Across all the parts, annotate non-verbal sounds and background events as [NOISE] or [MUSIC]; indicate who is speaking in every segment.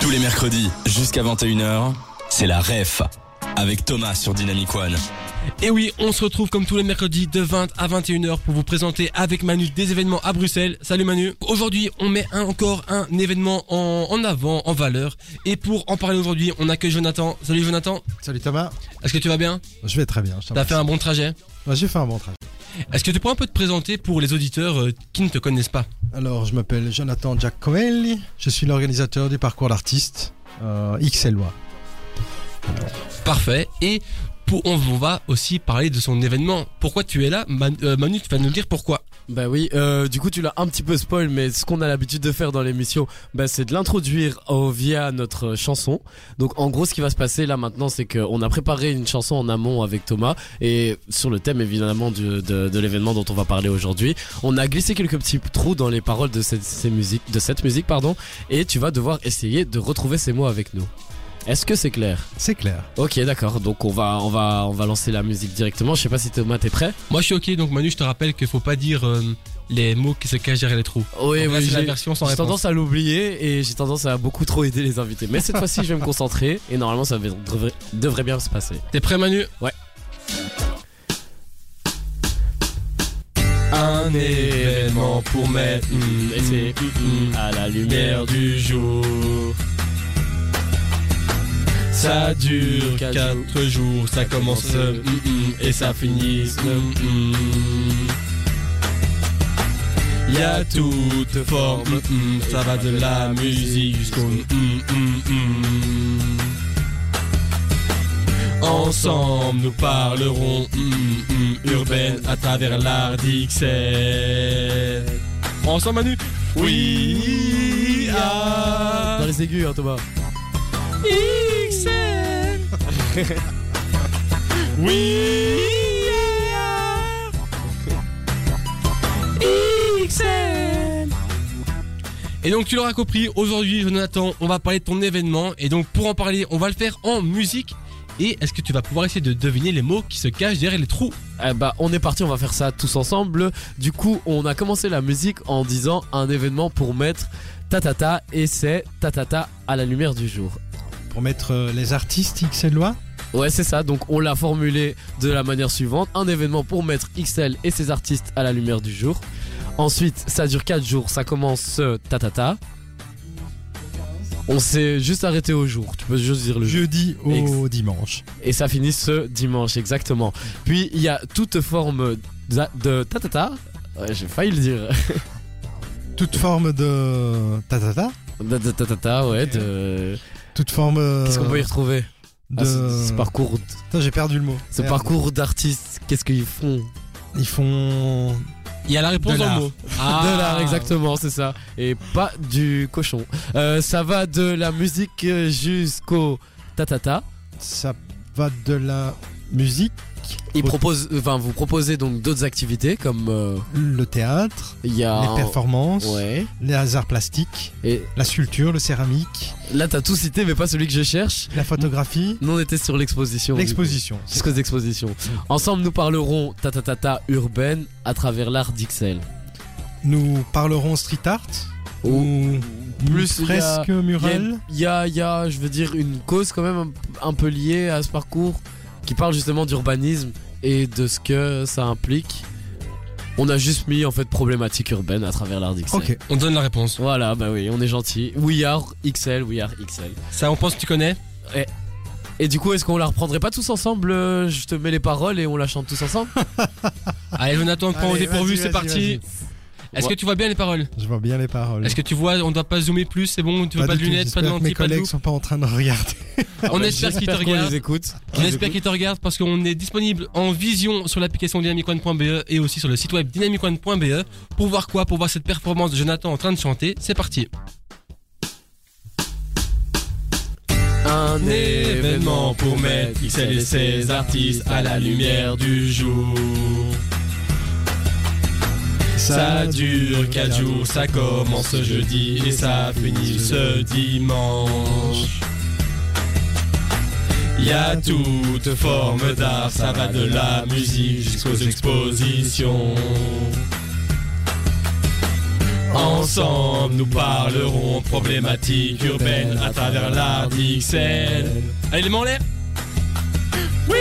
Speaker 1: Tous les mercredis, jusqu'à 21h, c'est la REF, avec Thomas sur Dynamic One.
Speaker 2: Et oui, on se retrouve comme tous les mercredis de 20 à 21h pour vous présenter avec Manu des événements à Bruxelles. Salut Manu. Aujourd'hui, on met un- encore un événement en, en avant, en valeur. Et pour en parler aujourd'hui, on accueille Jonathan. Salut Jonathan.
Speaker 3: Salut Thomas,
Speaker 2: Est-ce que tu vas bien
Speaker 3: je vais très bien. je t'en
Speaker 2: T'as fait
Speaker 3: remercie.
Speaker 2: un bon trajet
Speaker 3: Ouais, J'ai fait un bon travail.
Speaker 2: Est-ce que tu pourrais un peu te présenter pour les auditeurs euh, qui ne te connaissent pas
Speaker 3: Alors, je m'appelle Jonathan Giacomelli, je suis l'organisateur du parcours d'artiste euh, XLOA.
Speaker 2: Parfait. Et pour, on va aussi parler de son événement. Pourquoi tu es là Man- euh, Manu, tu vas nous dire pourquoi.
Speaker 4: Bah oui, euh, du coup tu l'as un petit peu spoil, mais ce qu'on a l'habitude de faire dans l'émission, bah, c'est de l'introduire au- via notre euh, chanson. Donc en gros ce qui va se passer là maintenant, c'est qu'on a préparé une chanson en amont avec Thomas, et sur le thème évidemment du- de, de l'événement dont on va parler aujourd'hui, on a glissé quelques petits trous dans les paroles de cette, ces musiques, de cette musique, pardon, et tu vas devoir essayer de retrouver ces mots avec nous. Est-ce que c'est clair
Speaker 3: C'est clair.
Speaker 4: Ok, d'accord. Donc on va, on va, on va lancer la musique directement. Je sais pas si Thomas t'es prêt.
Speaker 2: Moi, je suis ok. Donc Manu, je te rappelle qu'il faut pas dire euh, les mots qui se cachent derrière les trous.
Speaker 4: Oui,
Speaker 2: Donc là, c'est la
Speaker 4: j'ai-
Speaker 2: version sans
Speaker 4: J'ai
Speaker 2: réponse.
Speaker 4: tendance à l'oublier et j'ai tendance à beaucoup trop aider les invités. Mais cette fois-ci, je vais me concentrer et normalement, ça va- devrait, devrait bien se passer.
Speaker 2: T'es prêt Manu
Speaker 4: Ouais.
Speaker 2: Un événement pour mettre mm,
Speaker 4: Et c'est
Speaker 2: mm, mm,
Speaker 4: à la lumière
Speaker 2: lumière
Speaker 4: du.
Speaker 2: du jour. Ça dure
Speaker 4: Quatre
Speaker 2: 4 jours, ça commence
Speaker 4: commence,
Speaker 2: euh, mm, mm, et ça finit. mm, Il mm. y a toute forme, mm, mm, ça va de la musique jusqu'au. mm, mm, mm. Ensemble nous parlerons mm, mm, urbaine à travers l'art d'Ixelles. Ensemble Manu Oui ah.
Speaker 4: Dans les aigus, hein, Thomas.
Speaker 2: XL. We are XL. Et donc tu l'auras compris, aujourd'hui Jonathan, on va parler de ton événement et donc pour en parler, on va le faire en musique. Et est-ce que tu vas pouvoir essayer de deviner les mots qui se cachent derrière les trous
Speaker 4: Eh bah, on est parti, on va faire ça tous ensemble. Du coup, on a commencé la musique en disant un événement pour mettre tatata et c'est tatata à la lumière du jour.
Speaker 3: Pour mettre euh, les artistes XLOA,
Speaker 4: Ouais, c'est ça. Donc, on l'a formulé de la manière suivante un événement pour mettre XL et ses artistes à la lumière du jour. Ensuite, ça dure 4 jours. Ça commence ce ta ta ta. On s'est juste arrêté au jour. Tu peux juste dire le jour.
Speaker 3: jeudi au dimanche.
Speaker 4: Et ça finit ce dimanche, exactement. Puis, il y a toute forme d'a- de ta ta ta. Ouais, j'ai failli le dire. [LAUGHS]
Speaker 3: Toute forme de tatata,
Speaker 4: De- de ta ta ta, ouais. De...
Speaker 3: toute forme euh,
Speaker 4: Qu'est-ce qu'on peut y retrouver
Speaker 3: de
Speaker 4: Ah, ce, ce parcours,
Speaker 3: Putain, j'ai perdu le mot.
Speaker 4: ce
Speaker 3: Merde.
Speaker 4: parcours d'artistes, qu'est-ce qu'ils font
Speaker 3: Ils font
Speaker 2: Il y a la réponse
Speaker 3: De
Speaker 2: en
Speaker 3: l'art.
Speaker 2: mots.
Speaker 4: De
Speaker 2: Ah.
Speaker 4: l'art, exactement, c'est ça. Et pas du cochon. Euh, ça va de la musique jusqu'au tatata.
Speaker 3: ça va de la musique,
Speaker 4: Il
Speaker 3: Au-
Speaker 4: propose, enfin, vous proposez donc d'autres activités comme euh,
Speaker 3: le théâtre,
Speaker 4: il y a. un-
Speaker 3: les performances,
Speaker 4: Ouais.
Speaker 3: les arts plastiques,
Speaker 4: Et
Speaker 3: la sculpture, le céramique,
Speaker 4: là, t'as tout cité, mais pas celui que je cherche.
Speaker 3: la photographie,
Speaker 4: Nous, on était sur l'exposition.
Speaker 3: l'exposition.
Speaker 4: du coup. Jusqu'aux expositions. Ensemble, nous parlerons tatatata urbaine à travers l'art d'Ixelles.
Speaker 3: Nous parlerons street art ou
Speaker 4: Plus il y a-
Speaker 3: presque mural.
Speaker 4: Il y a, il y a, je veux dire, une cause quand même un, un peu liée à ce parcours qui parle justement d'urbanisme et de ce que ça implique. On a juste mis en fait problématique urbaine à travers l'art d'XL.
Speaker 3: Ok,
Speaker 2: On donne la réponse.
Speaker 4: Voilà, bah oui, on est gentil. We are XL, we are XL.
Speaker 2: Ça, on pense que tu connais
Speaker 4: Et du coup, est-ce qu'on la reprendrait pas tous ensemble euh, Je te mets les paroles et on la chante tous [LAUGHS] ensemble
Speaker 2: Allez, Jonathan, prends au
Speaker 3: Allez,
Speaker 2: dépourvu,
Speaker 3: vas-y,
Speaker 2: c'est
Speaker 3: vas-y,
Speaker 2: parti. Est-ce que tu vois bien les paroles
Speaker 3: je vois bien les paroles.
Speaker 2: Est-ce que tu vois, on doit pas zoomer plus, c'est bon, tu veux pas,
Speaker 3: Pas
Speaker 2: de
Speaker 3: du tout,
Speaker 2: lunettes, pas
Speaker 3: j'espère
Speaker 2: de
Speaker 3: que
Speaker 2: lentilles,
Speaker 3: Mes
Speaker 2: pas de
Speaker 3: collègues
Speaker 2: loupe.
Speaker 3: sont pas en train de regarder.
Speaker 2: On
Speaker 4: Bah,
Speaker 2: espère qu'ils te
Speaker 4: j'espère qu'on
Speaker 2: regardent.
Speaker 4: les écoute.
Speaker 2: On espère qu'ils te regardent parce qu'on est disponible en vision sur l'application dynamicone.be et aussi sur le site web dynamicone.be pour voir quoi, pour voir cette performance de Jonathan en train de chanter. C'est parti.
Speaker 4: Un événement pour mettre
Speaker 2: XL
Speaker 4: XL et ses artistes à la lumière
Speaker 2: du jour.
Speaker 3: quatre
Speaker 2: dimanche.
Speaker 3: Y a toute forme d'art, ça va de la musique jusqu'aux expositions.
Speaker 2: Ensemble, nous parlerons problématiques urbaines à travers l'article scène. Allez, les mains en l'air Oui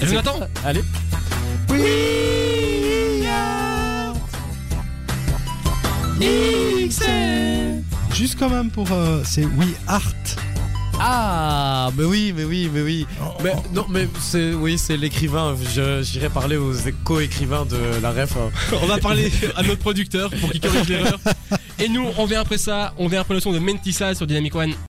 Speaker 2: Et Jonathan
Speaker 4: Allez.
Speaker 3: Juste quand même pour. euh, c'est We Art.
Speaker 4: Ah, mais oui, mais oui, mais oui. Mais non, mais c'est oui, c'est l'écrivain. Je- J'irai parler aux co-écrivains de la ref. hein.
Speaker 2: [LAUGHS] On va parler à notre producteur pour qu'il corrige l'erreur. Et nous, on vient après ça, on vient après le son de Mentissa sur Dynamic One.